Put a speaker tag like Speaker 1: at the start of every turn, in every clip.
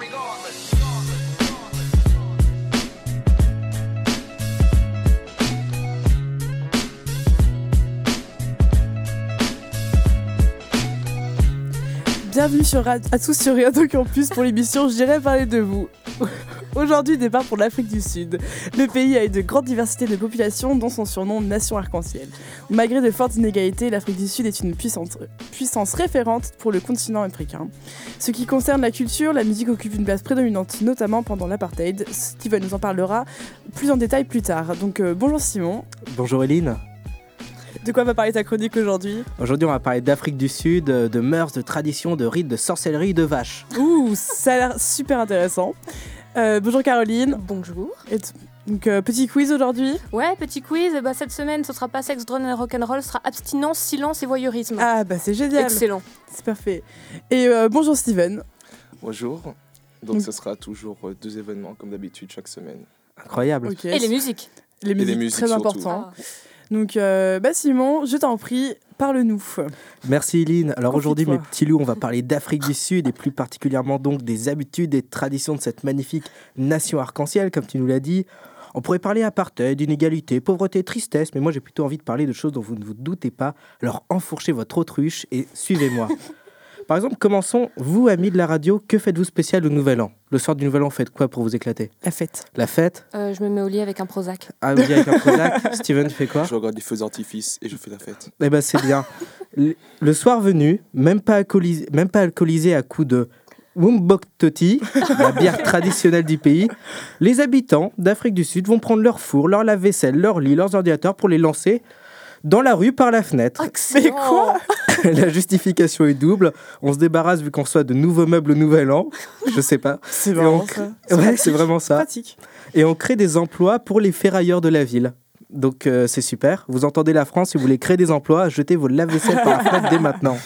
Speaker 1: regardless.
Speaker 2: Bienvenue sur Ra- à tous sur Radio Campus pour l'émission J'irai parler de vous. Aujourd'hui, départ pour l'Afrique du Sud. Le pays a une grande diversité de populations, dont son surnom Nation Arc-en-Ciel. Malgré de fortes inégalités, l'Afrique du Sud est une puissance, puissance référente pour le continent africain. Ce qui concerne la culture, la musique occupe une place prédominante, notamment pendant l'apartheid. Steven nous en parlera plus en détail plus tard. Donc euh, bonjour Simon,
Speaker 3: Bonjour Eline.
Speaker 2: de quoi va parler ta chronique aujourd'hui
Speaker 3: Aujourd'hui, on va parler d'Afrique du Sud, euh, de mœurs, de traditions, de rites, de sorcellerie, de vaches.
Speaker 2: Ouh, ça a l'air super intéressant. Euh, bonjour Caroline.
Speaker 4: Bonjour.
Speaker 2: Et t- donc euh, petit quiz aujourd'hui.
Speaker 4: Ouais, petit quiz. eh ben, cette semaine, ce sera pas sexe, drone et rock'n'roll, ce sera abstinence, silence et voyeurisme.
Speaker 2: Ah bah c'est génial,
Speaker 4: Excellent.
Speaker 2: c'est parfait. Et euh, bonjour Steven.
Speaker 5: Bonjour.
Speaker 2: Mm.
Speaker 5: Donc, ce sera toujours euh, deux événements comme d'habitude chaque semaine.
Speaker 3: Incroyable.
Speaker 2: Ok.
Speaker 4: Et les musiques.
Speaker 2: Les musiques,
Speaker 5: les musiques
Speaker 2: très
Speaker 5: surtout.
Speaker 2: important. Donc euh, bah Simon, je t'en prie, parle-nous.
Speaker 3: Merci Eline. Alors aujourd'hui, mes
Speaker 2: Confie-toi.
Speaker 3: petits loups, on va parler d'Afrique du Sud et plus particulièrement donc des habitudes et traditions de cette magnifique nation arc-en-ciel, comme tu nous l'as dit. On pourrait parler apartheid, inégalité, pauvreté, tristesse, mais moi j'ai plutôt envie de parler de choses dont vous ne vous doutez pas. Alors enfourchez votre autruche et suivez-moi. Par exemple, commençons. Vous, amis de la radio, que faites-vous spécial au Nouvel An Le soir du Nouvel An, vous faites quoi pour vous éclater
Speaker 2: La fête.
Speaker 3: La fête
Speaker 4: Euh, je me mets au lit avec un Prozac.
Speaker 3: Ah oui, avec un Prozac. Steven, tu fais quoi
Speaker 5: Je regarde les feux d'artifice et je fais la fête.
Speaker 3: Eh ben, c'est bien. Le le soir venu, même pas alcoolisé, même pas alcoolisé à coups de Wumbok Toti, la bière traditionnelle du pays, les habitants d'Afrique du Sud vont prendre leur four, leur lave-vaisselle, leur lit, leurs ordinateurs pour les lancer dans la rue par la fenêtre.
Speaker 4: Ah, Excellent.
Speaker 2: quoi
Speaker 3: la justification est double. On se débarrasse vu qu'on reçoit de nouveaux meubles au nouvel an. Je sais pas.
Speaker 2: C'est
Speaker 3: Et
Speaker 2: vraiment
Speaker 3: on
Speaker 2: ça.
Speaker 3: Ouais, c'est vraiment ça.
Speaker 2: Pratique.
Speaker 3: et on crée des emplois pour les ferrailleurs de la ville. Donc euh, c'est super. Vous entendez la France, si vous voulez créer des emplois, jetez vos lave-vaisselle par la fenêtre dès maintenant.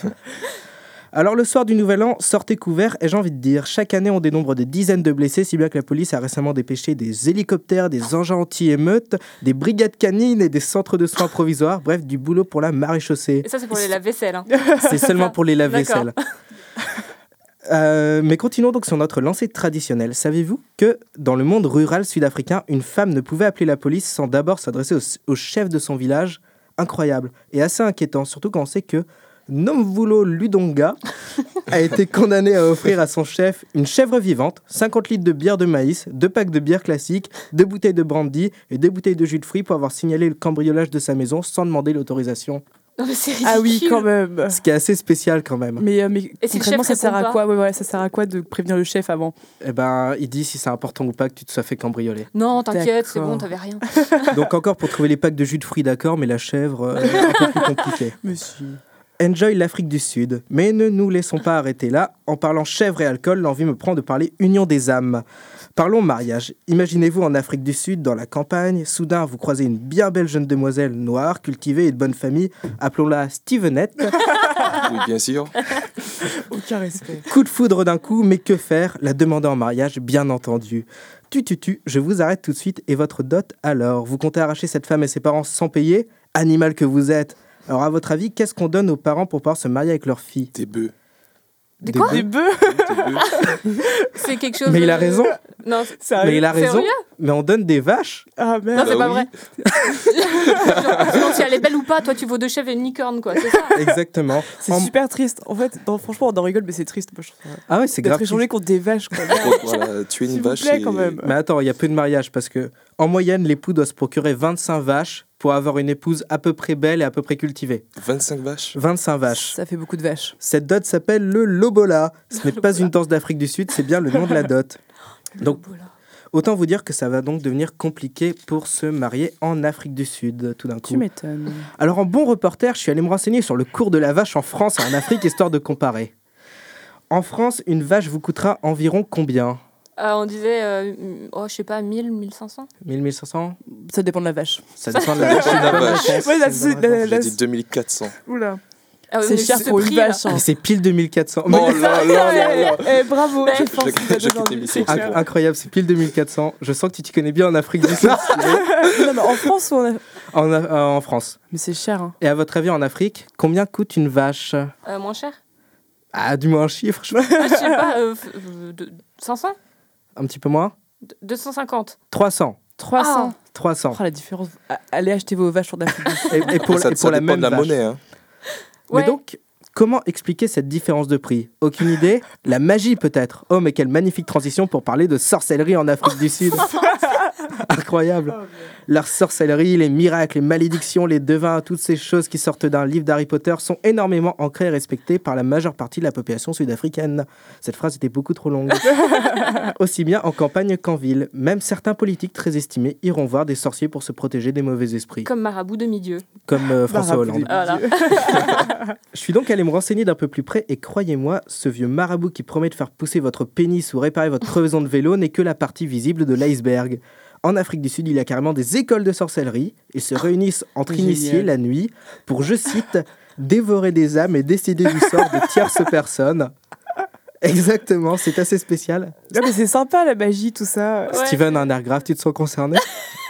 Speaker 3: Alors le soir du Nouvel An, sortez couverts et j'ai envie de dire, chaque année on dénombre des dizaines de blessés, si bien que la police a récemment dépêché des hélicoptères, des engins anti-émeutes, des brigades canines et des centres de soins provisoires, bref du boulot pour la maréchaussée.
Speaker 4: Et ça, c'est pour les lave-vaisselle. hein.
Speaker 3: C'est seulement pour les lave-vaisselle. Euh, mais continuons donc sur notre lancée traditionnelle. Savez-vous que dans le monde rural sud-africain, une femme ne pouvait appeler la police sans d'abord s'adresser au, au chef de son village Incroyable et assez inquiétant, surtout quand on sait que Nomvulo Ludonga a été condamné à offrir à son chef une chèvre vivante, 50 litres de bière de maïs, deux packs de bière classique, deux bouteilles de brandy et deux bouteilles de jus de fruits pour avoir signalé le cambriolage de sa maison sans demander l'autorisation.
Speaker 4: Non, mais c'est ridicule.
Speaker 2: Ah oui, quand même.
Speaker 3: Ce qui est assez spécial quand même.
Speaker 2: Mais, euh, mais
Speaker 4: Et si le
Speaker 2: concrètement,
Speaker 4: chef
Speaker 2: ça sert
Speaker 4: répond
Speaker 2: à
Speaker 4: pas
Speaker 2: quoi ouais, ouais, ça sert à quoi de prévenir le chef avant
Speaker 3: Eh ben, il dit si c'est important ou pas que tu te sois fait cambrioler.
Speaker 4: Non, t'inquiète, c'est
Speaker 2: D'accord.
Speaker 4: bon, t'avais rien.
Speaker 3: Donc encore pour trouver les packs de jus de fruits, d'accord, mais la chèvre, euh, un peu plus compliqué.
Speaker 2: Monsieur.
Speaker 3: Enjoy l'Afrique du Sud. Mais ne nous laissons pas arrêter là. En parlant chèvre et alcool, l'envie me prend de parler union des âmes. Parlons mariage. Imaginez-vous en Afrique du Sud, dans la campagne, soudain vous croisez une bien belle jeune demoiselle noire, cultivée et de bonne famille, appelons-la Stevenette.
Speaker 5: Oui, bien sûr.
Speaker 2: Aucun respect.
Speaker 3: Coup de foudre d'un coup, mais que faire La demander en mariage, bien entendu. Tu, tu, tu, je vous arrête tout de suite et votre dot alors Vous comptez arracher cette femme et ses parents sans payer Animal que vous êtes Alors, à votre avis, qu'est-ce qu'on donne aux parents pour pouvoir se marier avec leur fille
Speaker 5: Des bœufs.
Speaker 4: Des quoi
Speaker 2: Des bœufs
Speaker 5: Des bœufs.
Speaker 4: C'est quelque
Speaker 2: Euh,
Speaker 4: chose.
Speaker 3: Mais il
Speaker 4: de-
Speaker 3: a raison,
Speaker 4: Non, c'est-
Speaker 2: Sérieux
Speaker 3: mais il a
Speaker 4: Sérieux
Speaker 3: raison, mais on donne des vaches
Speaker 2: Ah
Speaker 4: non,
Speaker 2: merde.
Speaker 4: c'est
Speaker 5: Bah
Speaker 4: pas
Speaker 5: oui.
Speaker 4: vrai. Genre, si elle est belle ou pas, toi, tu vaux deux chèvres et une licorne, quoi. C'est ça.
Speaker 3: Exactement.
Speaker 2: C'est
Speaker 3: En-
Speaker 2: super triste. En fait, non, franchement, on en rigole, mais c'est triste. Moi, je trouve ça.
Speaker 3: Ah ouais, c'est grave.
Speaker 2: D'être échangé contre des vaches, quoi.
Speaker 5: Donc, voilà, tuer une
Speaker 2: S'il vous
Speaker 5: vache.
Speaker 2: plaît,
Speaker 5: et-
Speaker 2: quand même.
Speaker 3: Mais attends, il y a peu de mariages parce que, en moyenne, l'époux doit se procurer 25 vaches pour avoir une épouse à peu près belle et à peu près cultivée.
Speaker 5: 25 vaches.
Speaker 3: 25 vaches.
Speaker 2: Ça fait beaucoup de vaches.
Speaker 3: Cette dot s'appelle le lobola. Ce n'est pas une danse d'Afrique du Sud, c'est bien le nom de la dot. Donc-
Speaker 4: Voilà.
Speaker 3: Autant vous dire que ça va donc devenir compliqué pour se marier en Afrique du Sud tout d'un coup.
Speaker 2: m'étonnes.
Speaker 3: Alors en bon reporter, je suis allé me renseigner sur le cours de la vache en France et en Afrique histoire de comparer. En France, une vache vous coûtera environ combien
Speaker 4: Euh, on disait, euh, oh, je sais pas, 1000, 1500
Speaker 3: 1000, 1500
Speaker 2: Ça dépend de la vache.
Speaker 3: Ça dépend de la vache.
Speaker 5: Ça dépend de la
Speaker 3: Bonne
Speaker 5: vache.
Speaker 3: réponse,
Speaker 2: Ouais, là,
Speaker 3: c'est une bonne
Speaker 2: c'est-
Speaker 3: réponse.
Speaker 2: la-
Speaker 5: J'ai dit 2400.
Speaker 2: Oula.
Speaker 4: Ah oui,
Speaker 2: C'est
Speaker 4: mais
Speaker 2: cher
Speaker 4: ce
Speaker 2: pour une
Speaker 4: prix, là.
Speaker 2: vache. hein.
Speaker 3: Mais c'est pile 2400.
Speaker 5: Oh là là là là.
Speaker 2: Eh, bravo,
Speaker 4: Ouais.
Speaker 2: je pense
Speaker 5: J'ai-
Speaker 2: que
Speaker 5: j'ai
Speaker 2: c'est
Speaker 5: quitté
Speaker 2: aujourd'hui. C'est
Speaker 5: l'émission. Ah,
Speaker 2: clair.
Speaker 3: Inc- Incroyable, c'est pile 2400. Je sens que tu t'y connais bien en Afrique du Sud,
Speaker 2: Non, mais en France, on a...
Speaker 3: en, Af- en France.
Speaker 2: Mais c'est cher. Hein.
Speaker 3: Et à votre avis, en Afrique, combien coûte une vache
Speaker 4: Euh, moins cher
Speaker 3: Ah, du moins un chiffre, je-
Speaker 4: Ah, je sais pas, euh, f- euh, de- 500
Speaker 3: un petit peu moins.
Speaker 4: De- 250
Speaker 3: 300.
Speaker 4: Ah,
Speaker 2: 300.
Speaker 3: 300.
Speaker 2: Oh, la différence. Ah, Allez acheter vos vaches en Afrique.
Speaker 3: Et, et pour,
Speaker 5: ça,
Speaker 3: et pour
Speaker 5: ça
Speaker 3: la
Speaker 5: dépend
Speaker 3: même
Speaker 5: de la
Speaker 3: vache.
Speaker 5: monnaie. hein.
Speaker 4: Ouais.
Speaker 3: Mais donc, comment expliquer cette différence de prix Aucune idée La magie peut-être Oh, mais quelle magnifique transition pour parler de sorcellerie en Afrique du Sud Incroyable Leur sorcellerie, les miracles, les malédictions, les devins, toutes ces choses qui sortent d'un livre d'Harry Potter sont énormément ancrées et respectées par la majeure partie de la population sud-africaine. Cette phrase était beaucoup trop longue. Aussi bien en campagne qu'en ville, même certains politiques très estimés iront voir des sorciers pour se protéger des mauvais esprits,
Speaker 4: Comme marabout de mi-dieu.
Speaker 3: comme euh, François
Speaker 2: Bah,
Speaker 3: Hollande.
Speaker 4: Voilà.
Speaker 3: Je suis donc allé me renseigner d'un peu plus près et croyez-moi, ce vieux marabout qui promet de faire pousser votre pénis ou réparer votre crevaison de vélo n'est que la partie visible de l'iceberg. En Afrique du Sud, il y a carrément des écoles de sorcellerie et se réunissent entre
Speaker 2: Génial.
Speaker 3: initiés la nuit pour, je cite, dévorer des âmes et décider du sort de tierces personnes. Exactement, c'est assez spécial.
Speaker 2: Non, mais c'est sympa la magie, tout ça.
Speaker 4: Ouais.
Speaker 3: Steven Undergraph, tu te sens concerné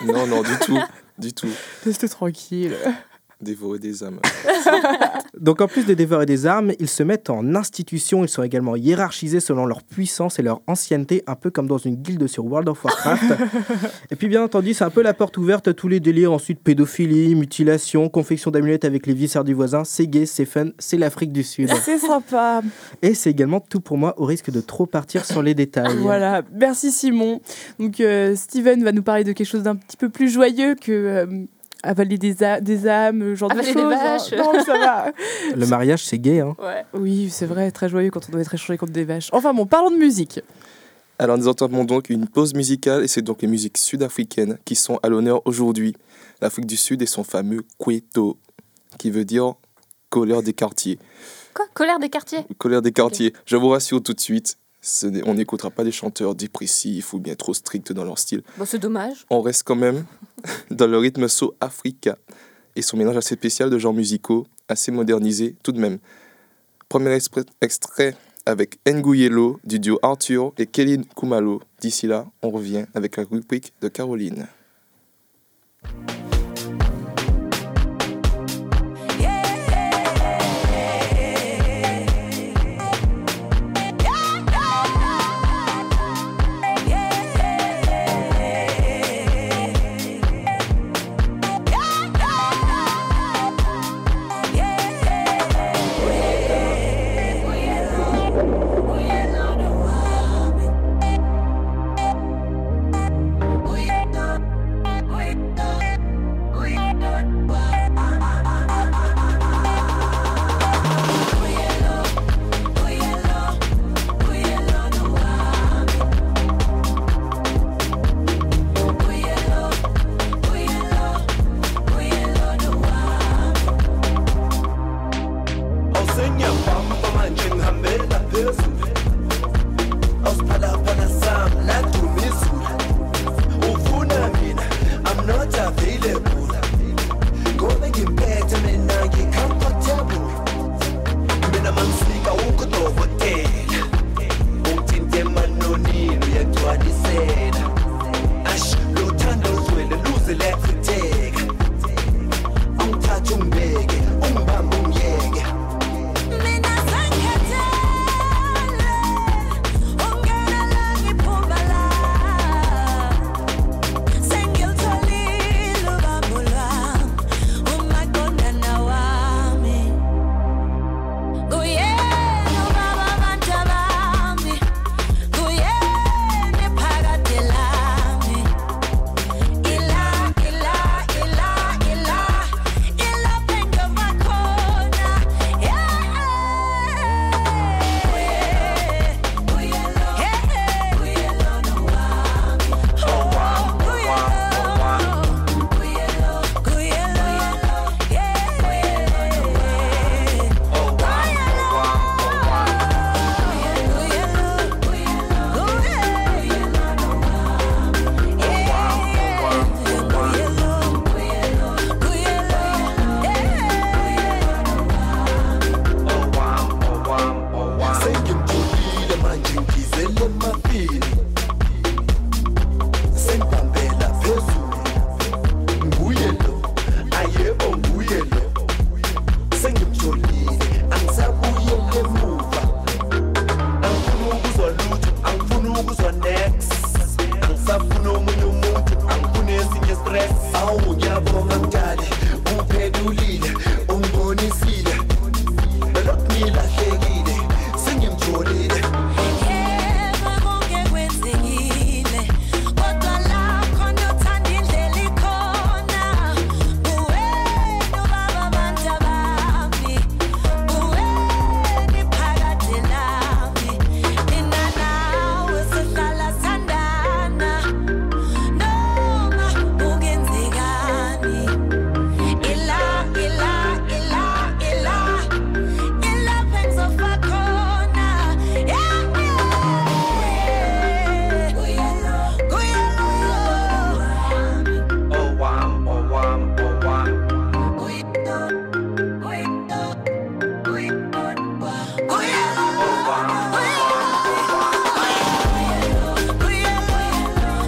Speaker 5: Non, non, du tout. Du tout.
Speaker 2: Reste tranquille.
Speaker 5: Dévorer des âmes.
Speaker 3: Donc en plus de dévorer des armes, ils se mettent en institution, ils sont également hiérarchisés selon leur puissance et leur ancienneté, un peu comme dans une guilde sur World of Warcraft. et puis bien entendu, c'est un peu la porte ouverte à tous les délires, ensuite pédophilie, mutilation, confection d'amulettes avec les viscères du voisin, c'est gay, c'est fun, c'est l'Afrique du Sud.
Speaker 2: C'est sympa.
Speaker 3: Et c'est également tout pour moi, au risque de trop partir sur les détails.
Speaker 2: Voilà, merci Simon. Donc euh, Steven va nous parler de quelque chose d'un petit peu plus joyeux que euh, avaler des, a- des âmes, ce genre
Speaker 4: Avaler
Speaker 2: de
Speaker 4: des
Speaker 2: choses. hein.
Speaker 4: vaches.
Speaker 2: Non, ça va.
Speaker 3: Le mariage, c'est gay, hein.
Speaker 4: Ouais.
Speaker 2: Oui, c'est vrai, très joyeux quand on doit être échangé contre des vaches. Enfin bon, parlons de musique.
Speaker 5: Alors nous entendons donc une pause musicale et c'est donc les musiques sud-africaines qui sont à l'honneur aujourd'hui. L'Afrique du Sud et son fameux Kweto, qui veut dire colère des quartiers.
Speaker 4: Quoi Colère des quartiers
Speaker 5: Colère des quartiers. Je vous rassure tout de suite, ce n'est- on n'écoutera pas des chanteurs dépressifs ou bien trop stricts dans leur style.
Speaker 4: Bon, c'est dommage.
Speaker 5: On reste quand même dans le rythme So Africa et son mélange assez spécial de genres musicaux, assez modernisés tout de même. Premier expré- extrait avec Nguyelo du duo Arthur et Kelly Kumalo. D'ici là, on revient avec la rubrique de Caroline.
Speaker 1: We ain't done. auja bomamkali uphendulile umbonisile belokhu ngilahlekile sengimtholile
Speaker 6: Yebo konke kwenzekile kodwa la khona uthanda indlela ikhona Uwena baba abantu bami Uwena iphakathi lami Mina nawe sihlala sandana Noma kungenzekani Ila, ila, ila, ila Ila phenzo fakhona Yeah, yeah Kuyalo, kuyalo
Speaker 1: owam owam owam
Speaker 6: Oh, Kuyito, kuyito Kuyipotwa Kuyalo, kuyalo Kuyalo, kuyalo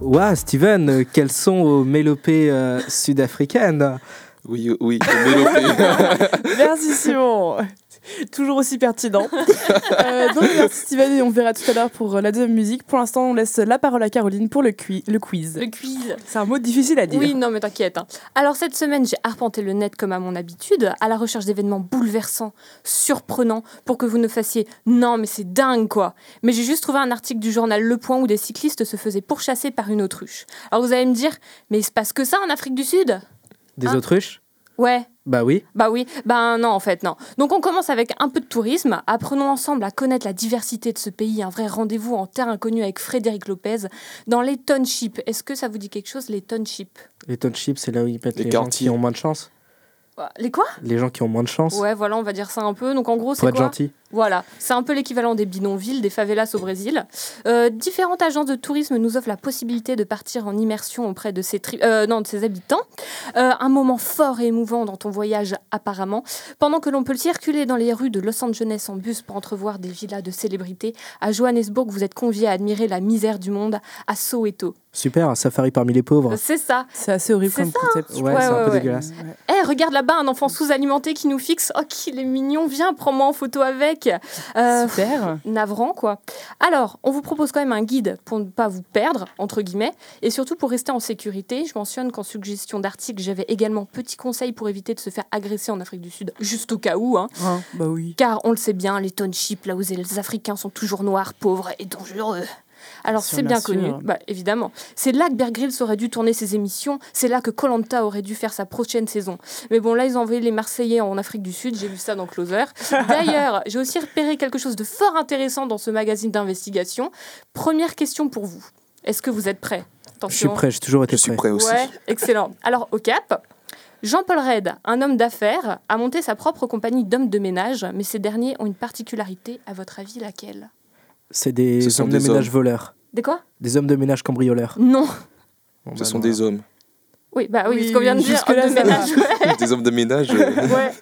Speaker 3: Waouh, Steven, euh, quelles sont aux mélopées euh, sud-africaines
Speaker 5: Oui, euh, oui, mélopée.
Speaker 2: Merci Simon Toujours aussi pertinent. Euh, donc merci Steven et on verra tout à l'heure pour euh, la deuxième musique. Pour l'instant, on laisse la parole à Caroline pour le, cui- le quiz.
Speaker 4: Le quiz.
Speaker 2: C'est un mot difficile à dire.
Speaker 4: Oui, non, mais t'inquiète. hein. Alors, cette semaine, j'ai arpenté le net comme à mon habitude, à la recherche d'événements bouleversants, surprenants, pour que vous ne fassiez non, mais c'est dingue quoi. Mais j'ai juste trouvé un article du journal Le Point où des cyclistes se faisaient pourchasser par une autruche. Alors, vous allez me dire, mais il se passe que ça en Afrique du Sud
Speaker 3: Des
Speaker 4: Ah.
Speaker 3: autruches
Speaker 4: Ouais.
Speaker 3: Bah oui.
Speaker 4: Bah oui, ben non en fait non. Donc on commence avec un peu de tourisme, apprenons ensemble à connaître la diversité de ce pays, un vrai rendez-vous en terre inconnue avec Frédéric Lopez dans les townships. Est-ce que ça vous dit quelque chose les townships
Speaker 3: Les townships, c'est là où ils mettent
Speaker 5: Les
Speaker 3: les, gens
Speaker 5: quartiers.
Speaker 3: qui ont moins de chance.
Speaker 4: Les quoi
Speaker 3: Les gens qui ont moins de chance,
Speaker 4: Ouais, voilà, on va dire ça un peu. Donc en gros,
Speaker 3: pour
Speaker 4: c'est
Speaker 3: être
Speaker 4: quoi
Speaker 3: gentil.
Speaker 4: Voilà, c'est un peu l'équivalent des bidonvilles, des favelas au Brésil. Euh, différentes agences de tourisme nous offrent la possibilité de partir en immersion auprès de ses, tri- euh, non, de ses habitants. Euh, un moment fort et émouvant dans ton voyage, apparemment. Pendant que l'on peut circuler dans les rues de Los Angeles en bus pour entrevoir des villas de célébrités, à Johannesburg, vous êtes conviés à admirer la misère du monde à Soweto.
Speaker 3: Super, un safari parmi les pauvres.
Speaker 4: Euh, C'est ça.
Speaker 2: C'est assez horrible
Speaker 4: C'est
Speaker 2: comme concept.
Speaker 3: Ouais,
Speaker 2: je
Speaker 3: c'est
Speaker 2: pense.
Speaker 4: ouais,
Speaker 3: un peu
Speaker 4: ouais.
Speaker 3: dégueulasse.
Speaker 4: Eh, regarde là-bas un enfant sous-alimenté qui nous fixe. Oh, qu'il est mignon, viens, prends-moi en photo avec. Euh,
Speaker 2: Super.
Speaker 4: navrant quoi. Alors, on vous propose quand même un guide pour ne pas vous perdre, entre guillemets, et surtout pour rester en sécurité. Je mentionne qu'en suggestion d'article, j'avais également petit conseil pour éviter de se faire agresser en Afrique du Sud, juste au cas où. hein.
Speaker 2: Hein, bah oui.
Speaker 4: Car on le sait bien, les townships, là où les Africains sont toujours noirs, pauvres et dangereux. Alors
Speaker 2: Bien sûr,
Speaker 4: c'est
Speaker 2: bien
Speaker 4: bien connu,
Speaker 2: sûr.
Speaker 4: bah, évidemment. C'est là que Bear Grylls aurait dû tourner ses émissions, c'est là que Colanta aurait dû faire sa prochaine saison. Mais bon, là ils ont envoyé les Marseillais en Afrique du Sud, j'ai vu ça dans Closer. D'ailleurs, j'ai aussi repéré quelque chose de fort intéressant dans ce magazine d'investigation. Première question pour vous. Est-ce que vous êtes prêts
Speaker 3: Je suis prêt, j'ai toujours été
Speaker 5: Je suis
Speaker 3: prêt.
Speaker 5: prêt aussi.
Speaker 4: Ouais, excellent. Alors, au Cap, Jean-Paul Red, un homme d'affaires, a monté sa propre compagnie d'hommes de ménage, mais ces derniers ont une particularité, à votre avis, laquelle
Speaker 3: C'est des
Speaker 5: Ce sont
Speaker 3: hommes de
Speaker 5: des
Speaker 3: ménage
Speaker 5: hommes.
Speaker 3: voleurs.
Speaker 4: Des quoi
Speaker 3: Des hommes de ménage cambrioleurs.
Speaker 4: Non.
Speaker 3: Bon,
Speaker 5: Ce
Speaker 3: bah,
Speaker 5: sont
Speaker 3: voilà.
Speaker 5: des hommes.
Speaker 4: Oui, bah oui,
Speaker 2: Oui,
Speaker 4: ce qu'on vient de
Speaker 2: oui,
Speaker 4: dire,
Speaker 2: jusque-là,
Speaker 4: hommes de
Speaker 2: ça va.
Speaker 4: ménage. ouais.
Speaker 5: Des hommes de ménage. euh,
Speaker 4: Ouais.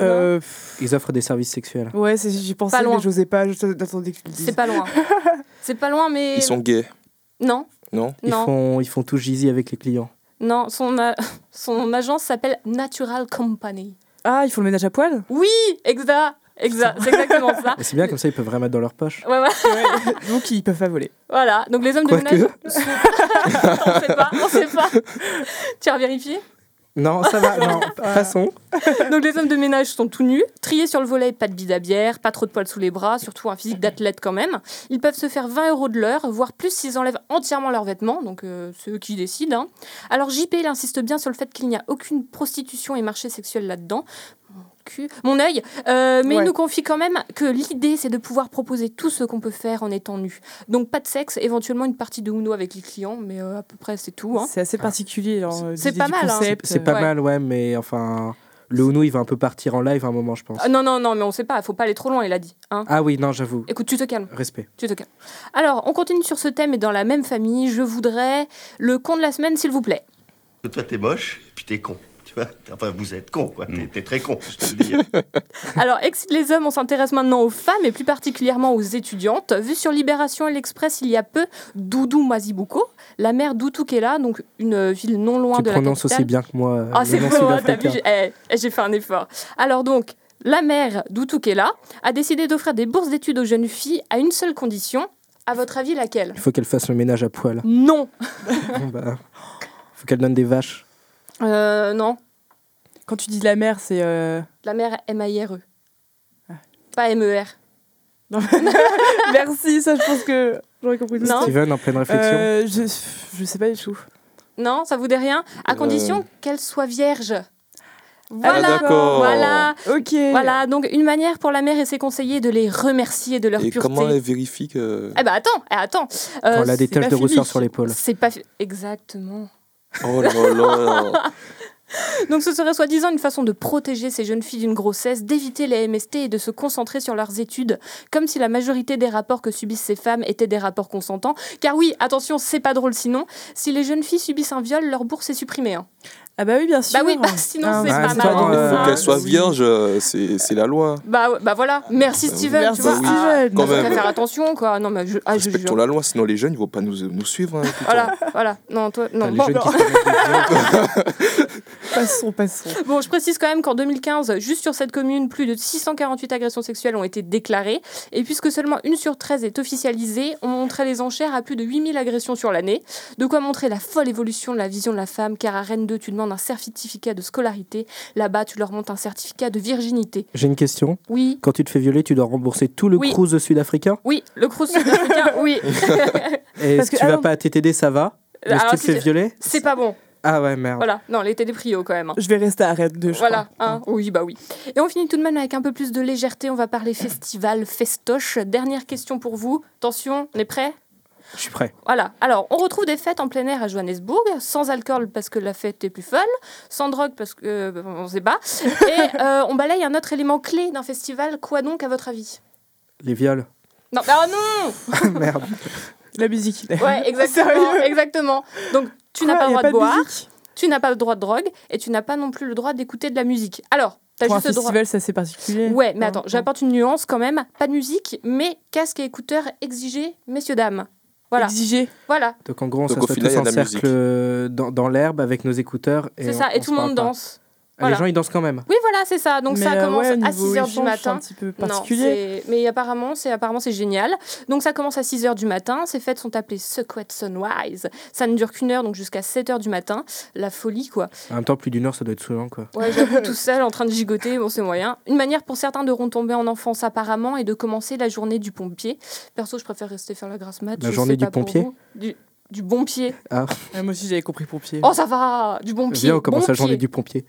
Speaker 2: Euh, pff,
Speaker 3: Ils offrent des services sexuels.
Speaker 2: ouais, c'est- j'y pensais,
Speaker 4: Pas loin.
Speaker 2: mais j'osais pas. J'attendais que tu le dises.
Speaker 4: C'est pas loin. C'est pas loin, mais...
Speaker 5: Ils sont gays,
Speaker 4: Non,
Speaker 5: non
Speaker 3: Ils
Speaker 4: non.
Speaker 3: font, ils font tout gizy avec les clients.
Speaker 4: Non, son, a- son agence s'appelle Natural Company.
Speaker 2: Ah, ils font le ménage à poil
Speaker 4: Oui, exact, exact, c'est exactement ça.
Speaker 3: Et c'est bien, comme ça, ils peuvent vraiment mettre dans leur poche.
Speaker 4: Ouais, ouais,
Speaker 2: Donc ils peuvent pas voler.
Speaker 4: voilà, donc les hommes de
Speaker 3: Quoique.
Speaker 4: ménage... on sait pas, on sait pas. Tu as vérifié
Speaker 3: Non, ça va, non. Passons.
Speaker 4: Donc les hommes de ménage sont tout nus, triés sur le volet, pas de bidabière, pas trop de poils sous les bras, surtout un physique d'athlète quand même. Ils peuvent se faire 20 euros de l'heure, voire plus s'ils enlèvent entièrement leurs vêtements, donc euh, c'est eux qui décident. hein. Alors JP, il insiste bien sur le fait qu'il n'y a aucune prostitution et marché sexuel là-dedans. Mon cul- Mon œil, Euh, mais
Speaker 2: Ouais.
Speaker 4: il nous confie quand même que l'idée c'est de pouvoir proposer tout ce qu'on peut faire en étant nu. Donc pas de sexe, éventuellement une partie de Uno avec les clients, mais euh, à peu près c'est tout. hein.
Speaker 2: C'est assez particulier. alors, euh,
Speaker 4: c'est
Speaker 2: l'idée
Speaker 4: pas
Speaker 2: du
Speaker 4: mal, hein.
Speaker 2: concept,
Speaker 3: C'est pas
Speaker 4: Ouais.
Speaker 3: mal, ouais, mais enfin. Le Ounou, il va un peu partir en live à un moment, je pense.
Speaker 4: Ah, non, non, non, mais on sait pas, faut pas aller trop loin, il a dit. hein.
Speaker 3: Ah oui, non, j'avoue.
Speaker 4: Écoute, tu te calmes.
Speaker 3: Respect.
Speaker 4: Tu te calmes. Alors, on continue sur ce thème et dans la même famille, je voudrais le con de la semaine, s'il vous plaît.
Speaker 7: Toi, t'es moche, puis t'es con. Tu Enfin, vous êtes con, quoi. T'es- T'es très con, je te le dis.
Speaker 4: Alors, Excite les hommes, on s'intéresse maintenant aux femmes et plus particulièrement aux étudiantes. Vu sur Libération et l'Express il y a peu, Doudou Mazibuko, la mère d'Utukela, donc une euh, ville non loin
Speaker 3: Tu
Speaker 4: de la capitale.
Speaker 3: prononces aussi bien que moi. euh,
Speaker 4: Ah,
Speaker 3: le
Speaker 4: c'est
Speaker 3: nom
Speaker 4: beau, hein, t'as
Speaker 3: sud-africain.
Speaker 4: vu, j'ai eh, j'ai fait un effort. Alors donc, la mère d'Utukela a décidé d'offrir des bourses d'études aux jeunes filles à une seule condition. À votre avis, laquelle
Speaker 3: Il faut qu'elle fasse le ménage à poil.
Speaker 4: Non
Speaker 3: Bon, bah, faut qu'elle donne des vaches.
Speaker 4: Euh, non.
Speaker 2: Quand tu dis la mère, c'est. euh,
Speaker 4: La mère M-A-I-R-E. E. Pas E M-E-R.
Speaker 2: Merci, ça, je pense que j'aurais compris tout
Speaker 4: Non.
Speaker 2: ça.
Speaker 3: Steven en pleine réflexion.
Speaker 2: Euh, je, je sais pas du tout.
Speaker 4: Non, ça vous dit rien À
Speaker 5: Euh.
Speaker 4: condition qu'elle soit vierge.
Speaker 5: Ah,
Speaker 4: Voilà,
Speaker 5: d'accord.
Speaker 4: voilà,
Speaker 2: Ok.
Speaker 4: voilà. Donc une manière pour la mère et ses conseillers de les remercier de leur
Speaker 5: Et
Speaker 4: pureté.
Speaker 5: comment elle vérifie que.
Speaker 4: Eh ben attends, eh, attends. Euh,
Speaker 3: Quand elle a des
Speaker 2: c'est pas
Speaker 3: taches de rousseur
Speaker 2: fini.
Speaker 3: sur l'épaule.
Speaker 4: c'est pas fi- exactement.
Speaker 5: Oh là là
Speaker 4: Donc ce serait soi-disant une façon de protéger ces jeunes filles d'une grossesse, d'éviter les MST et de se concentrer sur leurs études, comme si la majorité des rapports que subissent ces femmes étaient des rapports consentants. Car oui, attention, c'est pas drôle sinon. Si les jeunes filles subissent un viol, leur bourse est supprimée. hein.
Speaker 2: Ah bah oui, bien sûr.
Speaker 4: Bah oui, bah, sinon
Speaker 2: Ah,
Speaker 4: c'est
Speaker 3: bah,
Speaker 4: pas
Speaker 3: c'est pas
Speaker 4: marrant.
Speaker 3: drôle.
Speaker 5: Il faut
Speaker 3: Ah,
Speaker 5: qu'elle soit
Speaker 2: oui.
Speaker 5: vierge, euh, c'est c'est la loi.
Speaker 4: Bah, ouais, bah voilà, merci
Speaker 5: Bah oui.
Speaker 4: Steven,
Speaker 2: Merci
Speaker 4: tu vois.
Speaker 5: Steven.
Speaker 4: Ah,
Speaker 5: Quand
Speaker 4: faut
Speaker 5: même.
Speaker 4: faire attention quoi. Non mais je, ah, je
Speaker 5: Respectons
Speaker 4: jure.
Speaker 5: la loi, sinon les jeunes, ils vont pas nous, nous suivre. hein, putain.
Speaker 4: Voilà, voilà. Non, toi, non.
Speaker 3: T'as les
Speaker 4: Bon,
Speaker 3: jeunes qui se permettent des viols.
Speaker 2: Passons, passons.
Speaker 4: bon, je précise quand même qu'en 2015, juste sur cette commune, plus de 648 agressions sexuelles ont été déclarées. Et puisque seulement une sur 13 est officialisée, on montrait les enchères à plus de 8000 agressions sur l'année. De quoi montrer la folle évolution de la vision de la femme, car à Rennes 2, tu demandes un certificat de scolarité. Là-bas, tu leur montes un certificat de virginité.
Speaker 3: J'ai une question.
Speaker 4: Oui.
Speaker 3: Quand tu te fais violer, tu dois rembourser tout le
Speaker 4: Oui.
Speaker 3: cruise sud-africain
Speaker 4: Oui, le cross sud-africain, oui.
Speaker 3: Et
Speaker 2: Parce
Speaker 3: si
Speaker 2: que-
Speaker 3: tu vas
Speaker 2: alors-
Speaker 3: pas à TTD, ça va Mais si
Speaker 4: Bah, Alors,
Speaker 3: tu te
Speaker 4: si
Speaker 3: fais
Speaker 4: je-
Speaker 3: violer
Speaker 4: C'est pas bon.
Speaker 3: Ah ouais, merde.
Speaker 4: Voilà, non, l'été des prios quand même. hein.
Speaker 2: Je vais rester à Rennes 2, je
Speaker 4: Voilà,
Speaker 2: crois.
Speaker 4: hein, oui, bah oui. Et on finit tout de même avec un peu plus de légèreté. On va parler festival, festoche. Dernière question pour vous. Attention, on est prêts
Speaker 3: Je suis prêt.
Speaker 4: Voilà. Alors, on retrouve des fêtes en plein air à Johannesburg, sans alcool parce que la fête est plus folle, sans drogue parce que euh, on sait pas. Et euh, on balaye un autre élément clé d'un festival. Quoi donc, à votre avis
Speaker 3: Les viols.
Speaker 4: Non, ah non
Speaker 3: merde.
Speaker 2: La musique.
Speaker 4: Ouais, exactement,
Speaker 2: Sérieux
Speaker 4: exactement. Donc, tu n'as pas le
Speaker 2: Quoi, y a
Speaker 4: droit de boire,
Speaker 2: musique
Speaker 4: tu n'as pas le droit de drogue, et tu n'as pas non plus le droit d'écouter de la musique. Alors, t'as
Speaker 2: Pour un
Speaker 4: juste le droit.
Speaker 2: festival, c'est assez particulier. Hein,
Speaker 4: Ouais, mais
Speaker 2: Ouais,
Speaker 4: attends,
Speaker 2: ouais.
Speaker 4: j'apporte une nuance quand même. Pas de musique, mais casque et écouteurs exigés, messieurs, dames. Voilà,
Speaker 2: Exigé.
Speaker 4: voilà,
Speaker 3: Donc en gros, on
Speaker 5: Donc, au
Speaker 3: s'assoit
Speaker 5: final,
Speaker 3: tous
Speaker 5: il y a
Speaker 3: en
Speaker 5: de la musique.
Speaker 3: cercle euh, dans, dans l'herbe avec nos écouteurs.
Speaker 4: c'est
Speaker 3: on-
Speaker 4: ça.
Speaker 3: on
Speaker 4: Et
Speaker 3: se
Speaker 4: tout le
Speaker 3: parle
Speaker 4: monde
Speaker 3: pas.
Speaker 4: danse.
Speaker 3: Ah, Les
Speaker 4: Voilà.
Speaker 3: gens, ils dansent quand même.
Speaker 4: Oui, voilà, c'est ça. Donc
Speaker 2: Mais,
Speaker 4: ça
Speaker 2: euh,
Speaker 4: commence
Speaker 2: ouais,
Speaker 4: à
Speaker 2: niveau
Speaker 4: 6 h du
Speaker 2: échange, c'est un
Speaker 4: matin.
Speaker 2: petit peu
Speaker 4: Non,
Speaker 2: particulier.
Speaker 4: c'est- mais apparemment, c'est apparemment c'est génial. Donc ça commence à 6 h du matin. Ces fêtes sont appelées Secret Sunrise. Ça ne dure qu'une heure, donc jusqu'à 7 h du matin. La folie, quoi.
Speaker 3: En même temps, plus d'une heure, ça doit être souvent, quoi.
Speaker 4: Ouais, j'avoue, tout seul, en train de gigoter, bon, c'est moyen. Une manière pour certains de retomber en enfance apparemment et de commencer la journée du pompier. Perso, je préfère rester faire la grasse mat.
Speaker 3: La
Speaker 4: je
Speaker 3: journée
Speaker 4: sais
Speaker 3: du
Speaker 4: pas pour
Speaker 3: pompier
Speaker 4: vous. du, du bon pied.
Speaker 3: Ah,
Speaker 2: Ouais, Moi aussi, j'avais compris pompier.
Speaker 4: Oh, ça va Du bon pied
Speaker 3: viens, on commence
Speaker 4: bon
Speaker 3: la journée
Speaker 4: pied.
Speaker 3: du pompier.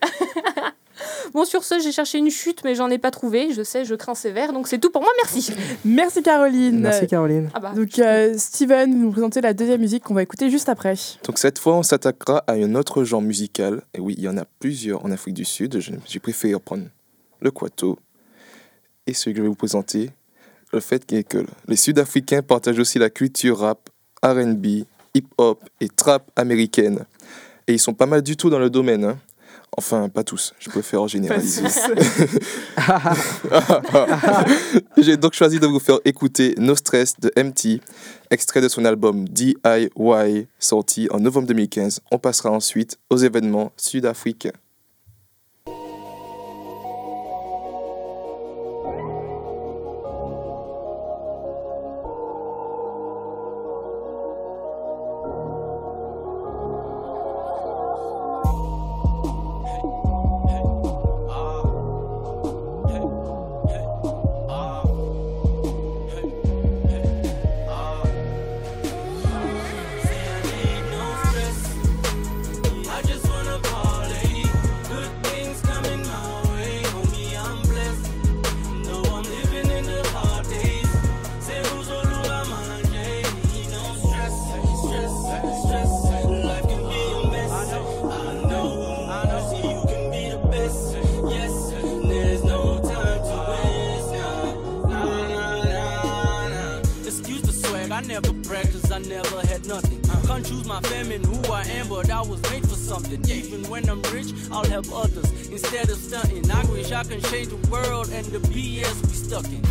Speaker 4: Bon, sur ce, j'ai cherché une chute, mais j'en ai pas trouvé. Je sais, je crains sévère, donc c'est tout pour moi, merci
Speaker 2: Merci, Caroline.
Speaker 3: Merci, Caroline.
Speaker 4: Ah bah,
Speaker 2: Donc, euh, Steven, vous nous présentez la deuxième musique qu'on va écouter juste après.
Speaker 5: Donc cette fois, on s'attaquera à un autre genre musical. Et oui, il y en a plusieurs en Afrique du Sud. Je- J'ai préféré prendre le Kwato. Et celui que je vais vous présenter, le fait est que les Sud-Africains partagent aussi la culture rap, RB, hip-hop et trap américaine. Et ils sont pas mal du tout dans le domaine. hein. Enfin, pas tous. Je préfère généraliser. J'ai donc choisi de vous faire écouter No Stress de MT, extrait de son album DIY, sorti en novembre 2015. On passera ensuite aux événements sud-africains.
Speaker 6: I just wanna party.
Speaker 8: my fam and who I am, but I was made for something. Yeah, even when I'm rich, I'll help others instead of stunting. I wish I can change the world and the BS we stuck in.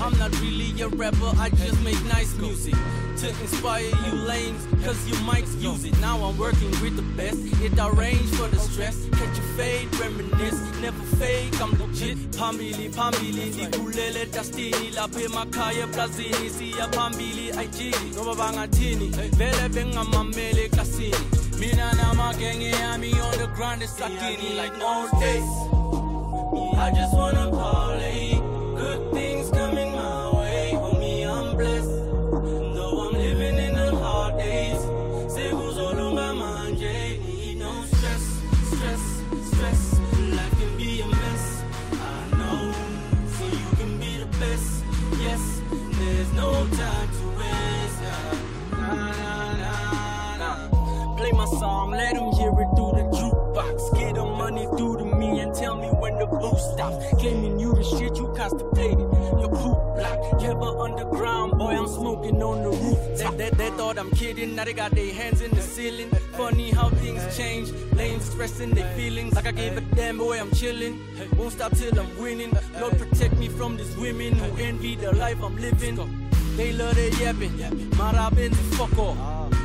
Speaker 8: I'm not really a rapper, I just make nice music to inspire you lames, cause you might use it. Now I'm working with the best, it arranged for the stress. Catch a fade, reminisce, never fake, I'm legit. Pambili, pambili, ndikulele dastini, lapha emakhaya eplazini, siya phambili, ayijiki, ngoba bangathini, vele bengamamele eklasini. Mina namagenge ami on the ground esakini, like all days. I just wanna party. Good things coming my way. Homie, I'm blessed. Though I'm living in the hard days. Sekuzolunga manje. Need no stress, stress, stress. Life can be a mess. I know. So you can be the best. Yes, there's no time to waste. Nah, nah, nah, nah. Play my song, let them hear it through the jukebox. Get the money through to me and tell me when the boo stops. Claiming you the shit you constipated. Your poop block, ever underground, boy. I'm smoking on the roof. They, they, they thought I'm kidding, now they got their hands in the ceiling. Funny how things change. Lanes expressing their feelings like I gave a damn boy. I'm chilling, won't stop till I'm winning. Lord protect me from these women who envy the life I'm living. They love the yapping, my robins fuck off.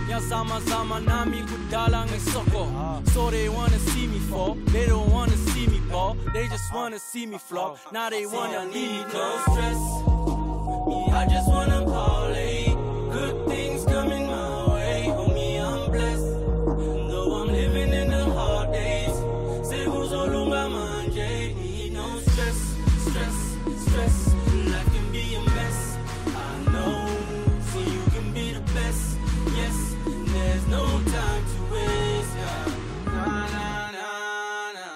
Speaker 8: Yazama zama nami kudala ngesoko. So they wanna see me fall, they don't wanna see me ball. They just wanna see me flop. Now they wanna leave no stress. I just wanna party. Good things coming my way. Homie, I'm blessed. Though I'm living in the hard days. Sekuzolunga manje. Need no stress, stress, stress. Life can be a mess. I know. So you can be the best. Yes, there's no time to waste. Yeah. Na, na, na, na.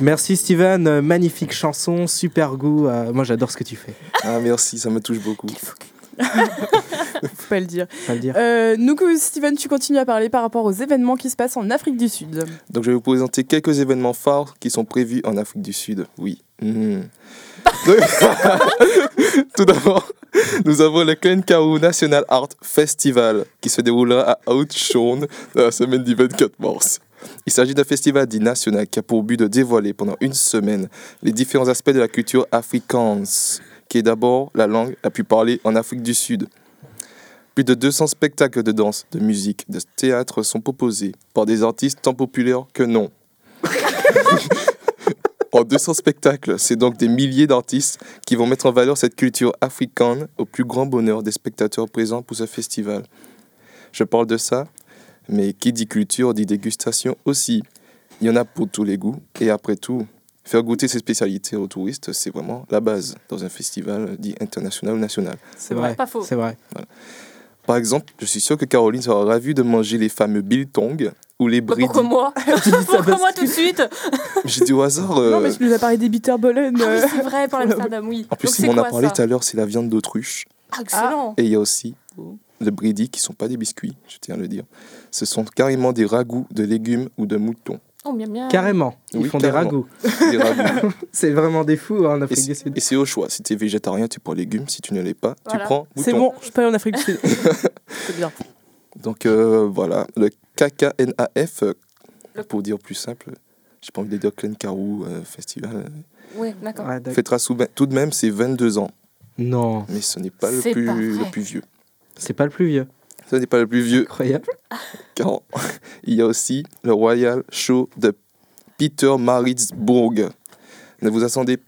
Speaker 3: Merci Steven, euh, magnifique chanson, super goût. euh, moi j'adore ce que tu fais,
Speaker 5: Ah, merci, ça me touche beaucoup.
Speaker 2: faut pas le dire.
Speaker 3: faut pas le dire.
Speaker 2: Euh, donc, euh, Steven, tu continues à parler par rapport aux événements qui se passent en Afrique du Sud.
Speaker 5: Donc je vais vous présenter quelques événements phares qui sont prévus en Afrique du Sud. Oui. Mhm. Donc- Tout d'abord, nous avons le Kau National Art Festival qui se déroulera à Outshone la semaine du 24 mars. Il s'agit d'un festival dit national qui a pour but de dévoiler pendant une semaine les différents aspects de la culture afrikaans, qui est d'abord la langue la plus parlée en Afrique du Sud. Plus de 200 spectacles de danse, de musique, de théâtre sont proposés par des artistes tant populaires que non. en 200 spectacles, c'est donc des milliers d'artistes qui vont mettre en valeur cette culture africaine au plus grand bonheur des spectateurs présents pour ce festival. Je parle de ça, mais qui dit culture dit dégustation aussi. Il y en a pour tous les goûts, et après tout, faire goûter ses spécialités aux touristes, c'est vraiment la base dans un festival dit international ou national.
Speaker 3: C'est vrai,
Speaker 4: Euh, Pas faux.
Speaker 3: c'est vrai.
Speaker 5: Par exemple, je suis sûr que Caroline sera ravie de manger les fameux biltong ou les
Speaker 4: Bah,
Speaker 5: brides.
Speaker 4: pourquoi moi Pourquoi moi tout de suite
Speaker 5: J'ai dit au hasard. euh,
Speaker 2: Non, mais tu nous as parlé des bitterbollen.
Speaker 4: Ah oui,
Speaker 2: euh.
Speaker 4: C'est vrai, pour l'Amsterdam, oui.
Speaker 5: En plus,
Speaker 4: Donc,
Speaker 5: si
Speaker 4: c'est
Speaker 5: on en a
Speaker 4: quoi,
Speaker 5: parlé
Speaker 4: ça
Speaker 5: tout à l'heure, c'est la viande d'autruche.
Speaker 4: Ah, excellent.
Speaker 5: Et il y a aussi le bridi qui sont pas des biscuits, je tiens à le dire. Ce sont carrément des ragoûts de légumes ou de moutons.
Speaker 4: Oh, bien, bien.
Speaker 3: Carrément, ils
Speaker 5: Oui,
Speaker 3: font
Speaker 5: carrément.
Speaker 3: des ragoûts.
Speaker 5: Des ragoûts.
Speaker 3: C'est vraiment des fous hein, en
Speaker 5: et
Speaker 3: Afrique du
Speaker 5: c'est-
Speaker 3: Sud.
Speaker 5: et c'est au choix. Si tu es végétarien, tu prends légumes. Si tu ne l'es pas,
Speaker 4: Voilà.
Speaker 5: tu prends mouton.
Speaker 2: C'est bon, je peux aller en Afrique du Sud. C'est bien.
Speaker 5: Donc euh, voilà, le KKNAF, euh,
Speaker 4: Le-
Speaker 5: pour dire plus simple, j'ai pas envie de dire Clan Karoo euh, Festival. euh,
Speaker 4: Ouais, d'accord.
Speaker 3: Ouais, Ah, d'accord.
Speaker 5: fêtera sous- tout de même ses 22 ans,
Speaker 3: Non,
Speaker 5: mais ce n'est pas le
Speaker 4: C'est
Speaker 5: plus,
Speaker 4: pas vrai.
Speaker 5: le plus vieux.
Speaker 3: c'est pas le plus vieux.
Speaker 5: Ce n'est pas le plus vieux,
Speaker 3: Incroyable.
Speaker 5: car il y a aussi le Royal Show de Peter Maritzburg. Ne vous attendez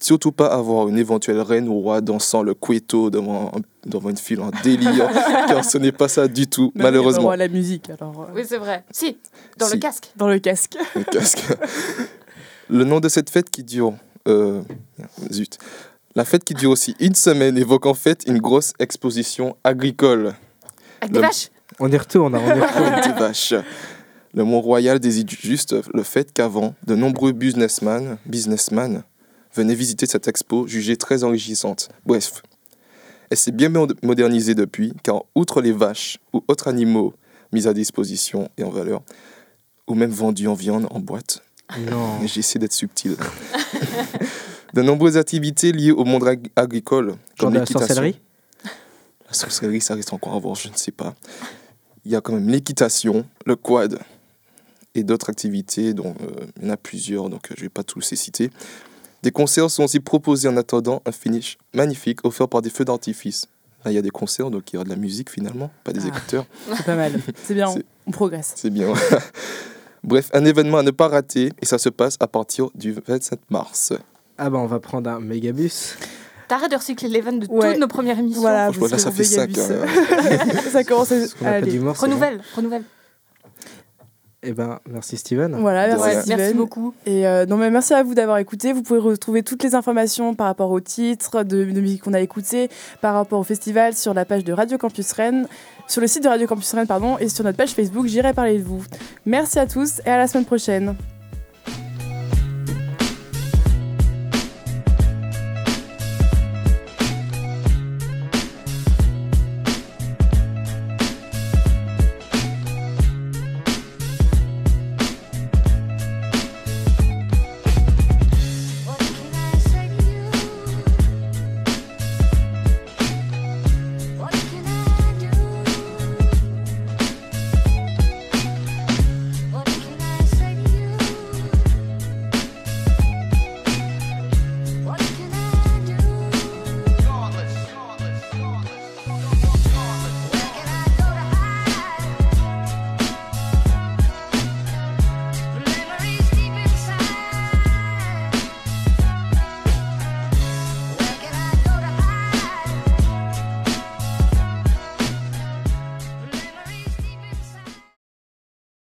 Speaker 5: surtout pas à voir une éventuelle reine ou roi dansant le cueto devant, devant une file en délire, car ce n'est pas ça du tout,
Speaker 2: Même
Speaker 5: malheureusement.
Speaker 2: À la musique, alors. euh,
Speaker 4: Oui, c'est vrai. Si, dans
Speaker 5: Si.
Speaker 4: le casque.
Speaker 2: Dans le casque.
Speaker 5: le casque. Le nom de cette fête qui dure. euh, zut. La fête qui dure aussi une semaine évoque en fait une grosse exposition agricole.
Speaker 4: Avec des
Speaker 5: Le-
Speaker 4: vaches.
Speaker 3: On y retourne, hein, on y retourne.
Speaker 5: Oh, Des vaches. Le mot royal désigne juste le fait qu'avant, de nombreux businessmen, businessmen venaient visiter cette expo jugée très enrichissante. Bref, elle s'est bien mod- modernisée depuis, car outre les vaches ou autres animaux mis à disposition et en valeur, ou même vendu en viande en boîte.
Speaker 3: Non.
Speaker 5: Mais J'essaie d'être subtil. de nombreuses activités liées au monde ag- agricole,
Speaker 3: Genre
Speaker 5: comme
Speaker 3: de la
Speaker 5: l'équitation.
Speaker 3: sorcellerie
Speaker 5: La sorcellerie, ça reste encore à voir, je ne sais pas. Il y a quand même l'équitation, le quad et d'autres activités, dont euh, il y en a plusieurs, donc euh, je ne vais pas tous les citer. Des concerts sont aussi proposés en attendant un finish magnifique offert par des feux d'artifice. Là, il y a des concerts, donc il y aura de la musique finalement, pas des
Speaker 2: Ah.
Speaker 5: écouteurs.
Speaker 2: C'est pas mal. C'est bien, on,
Speaker 5: C'est-
Speaker 2: on progresse.
Speaker 5: C'est bien. Bref, un événement à ne pas rater et ça se passe à partir du 27 mars.
Speaker 3: Ah bah on va prendre un mégabus.
Speaker 4: T'arrêtes de recycler les vannes de
Speaker 2: Ouais.
Speaker 4: toutes nos premières émissions.
Speaker 2: Voilà,
Speaker 5: Franchement, là,
Speaker 2: parce
Speaker 5: ça
Speaker 2: que euh,
Speaker 5: fait hein.
Speaker 2: Vegas,
Speaker 5: 5.
Speaker 2: ça commence
Speaker 3: Ce qu'on
Speaker 2: à
Speaker 3: appelle
Speaker 2: aller.
Speaker 3: du mort.
Speaker 4: Renouvelle, renouvelle.
Speaker 3: Eh ben merci Steven.
Speaker 2: Voilà, merci,
Speaker 5: Ouais,
Speaker 2: Steven.
Speaker 4: merci beaucoup.
Speaker 2: Et euh, non, mais merci à vous d'avoir écouté. Vous pouvez retrouver toutes les informations par rapport au titre de, de musique qu'on a écouté, par rapport au festival sur la page de Radio Campus Rennes, sur le site de Radio Campus Rennes, pardon, et sur notre page Facebook. J'irai parler de vous. Merci à tous et à la semaine prochaine.